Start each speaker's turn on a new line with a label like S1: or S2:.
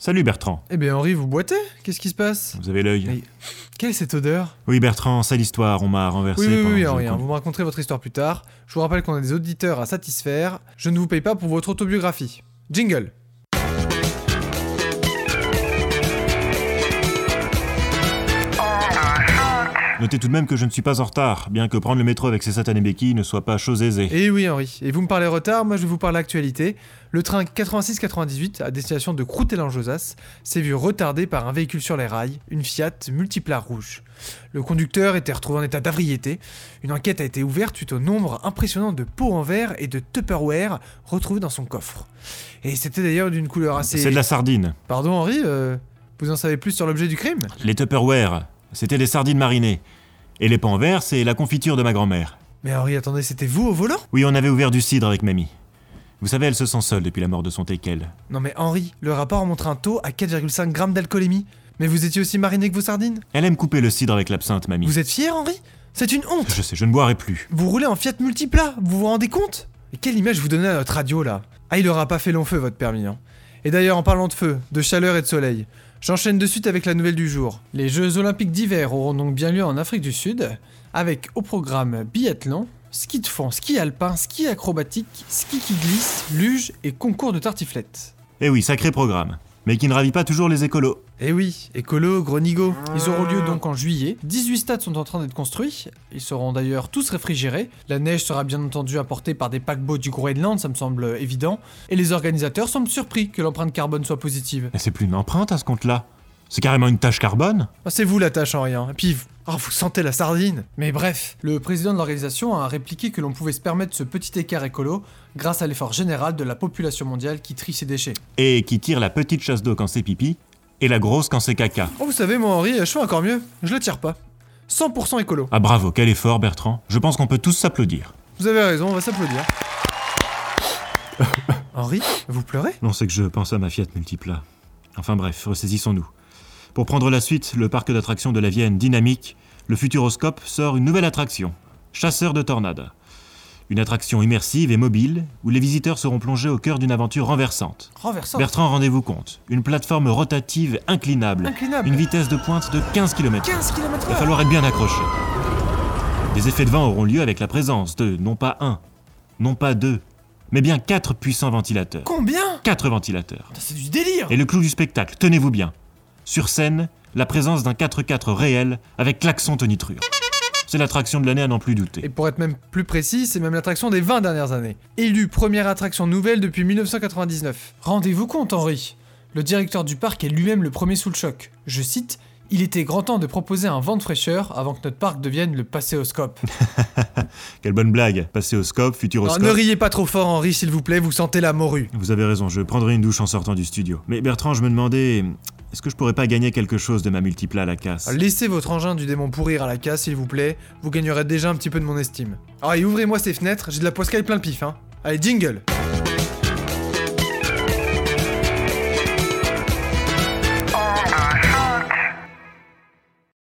S1: Salut Bertrand.
S2: Eh bien Henri, vous boitez Qu'est-ce qui se passe
S1: Vous avez l'œil.
S2: Mais- Quelle est cette odeur
S1: Oui Bertrand, sale histoire, on m'a renversé.
S2: Oui, oui,
S1: pendant
S2: oui,
S1: que je
S2: Henri, hein,
S1: conduis.
S2: vous me raconterez votre histoire plus tard. Je vous rappelle qu'on a des auditeurs à satisfaire. Je ne vous paye pas pour votre autobiographie. Jingle
S1: Notez tout de même que je ne suis pas en retard, bien que prendre le métro avec ses satanées béquilles ne soit pas chose aisée.
S2: Eh oui, Henri, et vous me parlez retard, moi je vous parle actualité. Le train 86-98 à destination de Croutelan-Josas s'est vu retardé par un véhicule sur les rails, une Fiat multiplat rouge. Le conducteur était retrouvé en état d'avriété. Une enquête a été ouverte suite au nombre impressionnant de pots en verre et de Tupperware retrouvés dans son coffre. Et c'était d'ailleurs d'une couleur assez.
S1: Ah, C'est de la sardine.
S2: Pardon, Henri, euh, vous en savez plus sur l'objet du crime
S1: Les Tupperware, c'était des sardines marinées. Et les pans verts, c'est la confiture de ma grand-mère.
S2: Mais Henri, attendez, c'était vous au volant
S1: Oui, on avait ouvert du cidre avec mamie. Vous savez, elle se sent seule depuis la mort de son teckel.
S2: Non mais Henri, le rapport montre un taux à 4,5 grammes d'alcoolémie. Mais vous étiez aussi mariné que vos sardines
S1: Elle aime couper le cidre avec l'absinthe, mamie.
S2: Vous êtes fier, Henri C'est une honte
S1: Je sais, je ne boirai plus.
S2: Vous roulez en Fiat Multipla, vous vous rendez compte Et quelle image vous donnez à notre radio là Ah, il aura pas fait long feu votre permis, hein. Et d'ailleurs, en parlant de feu, de chaleur et de soleil, j'enchaîne de suite avec la nouvelle du jour.
S3: Les Jeux Olympiques d'hiver auront donc bien lieu en Afrique du Sud, avec au programme biathlon, ski de fond, ski alpin, ski acrobatique, ski qui glisse, luge et concours de tartiflette.
S1: Eh oui, sacré programme. Mais qui ne ravit pas toujours les écolos.
S2: Eh oui, écolo, grenigo.
S3: Ils auront lieu donc en juillet. 18 stades sont en train d'être construits. Ils seront d'ailleurs tous réfrigérés. La neige sera bien entendu apportée par des paquebots du Groenland, ça me semble évident. Et les organisateurs semblent surpris que l'empreinte carbone soit positive.
S1: Mais c'est plus une empreinte à ce compte-là. C'est carrément une tache carbone.
S2: Ah, C'est vous la tâche, Henri, hein. Et puis, vous-
S3: oh,
S2: ah, vous sentez la sardine
S3: Mais bref, le président de l'organisation a répliqué que l'on pouvait se permettre ce petit écart écolo grâce à l'effort général de la population mondiale qui trie ses déchets.
S1: Et qui tire la petite chasse d'eau quand c'est pipi, et la grosse quand c'est caca.
S2: Oh, vous savez, moi, Henri, je fais encore mieux. Je le tire pas. 100% écolo.
S1: Ah bravo, quel effort Bertrand. Je pense qu'on peut tous s'applaudir.
S2: Vous avez raison, on va s'applaudir. Henri, vous pleurez
S1: Non, c'est que je pense à ma Fiat Multipla. Enfin bref, ressaisissons-nous. Pour prendre la suite, le parc d'attractions de la Vienne dynamique, le Futuroscope sort une nouvelle attraction, Chasseur de tornades. Une attraction immersive et mobile où les visiteurs seront plongés au cœur d'une aventure renversante.
S2: Oh.
S3: Renversant.
S1: Bertrand, rendez-vous compte, une plateforme rotative inclinable,
S2: Inclinable.
S1: une vitesse de pointe de 15 km.
S2: 15 km
S1: Il va falloir être bien accroché. Des effets de vent auront lieu avec la présence de, non pas un, non pas deux, mais bien quatre puissants ventilateurs.
S2: Combien
S1: Quatre ventilateurs.
S2: C'est du délire
S1: Et le clou du spectacle, tenez-vous bien. Sur scène, la présence d'un 4x4 réel avec klaxon tonitrure. C'est l'attraction de l'année à n'en plus
S2: Et
S1: douter.
S2: pour être même plus précis, c'est même l'attraction des 20 dernières années. Élue première attraction nouvelle depuis 1999.
S3: Rendez-vous compte, Henri. Le directeur du parc est lui-même le premier sous le choc. Je cite Il était grand temps de proposer un vent de fraîcheur avant que notre parc devienne le passéoscope.
S1: Quelle bonne blague, passer au scope,
S2: Alors,
S1: futuroscope.
S2: ne riez pas trop fort, Henri, s'il vous plaît, vous sentez la morue.
S1: Vous avez raison, je prendrai une douche en sortant du studio. Mais Bertrand, je me demandais, est-ce que je pourrais pas gagner quelque chose de ma multipla à la casse
S2: Alors, Laissez votre engin du démon pourrir à la casse, s'il vous plaît, vous gagnerez déjà un petit peu de mon estime. Ah, et ouvrez-moi ces fenêtres, j'ai de la poiscaille plein le pif, hein. Allez, jingle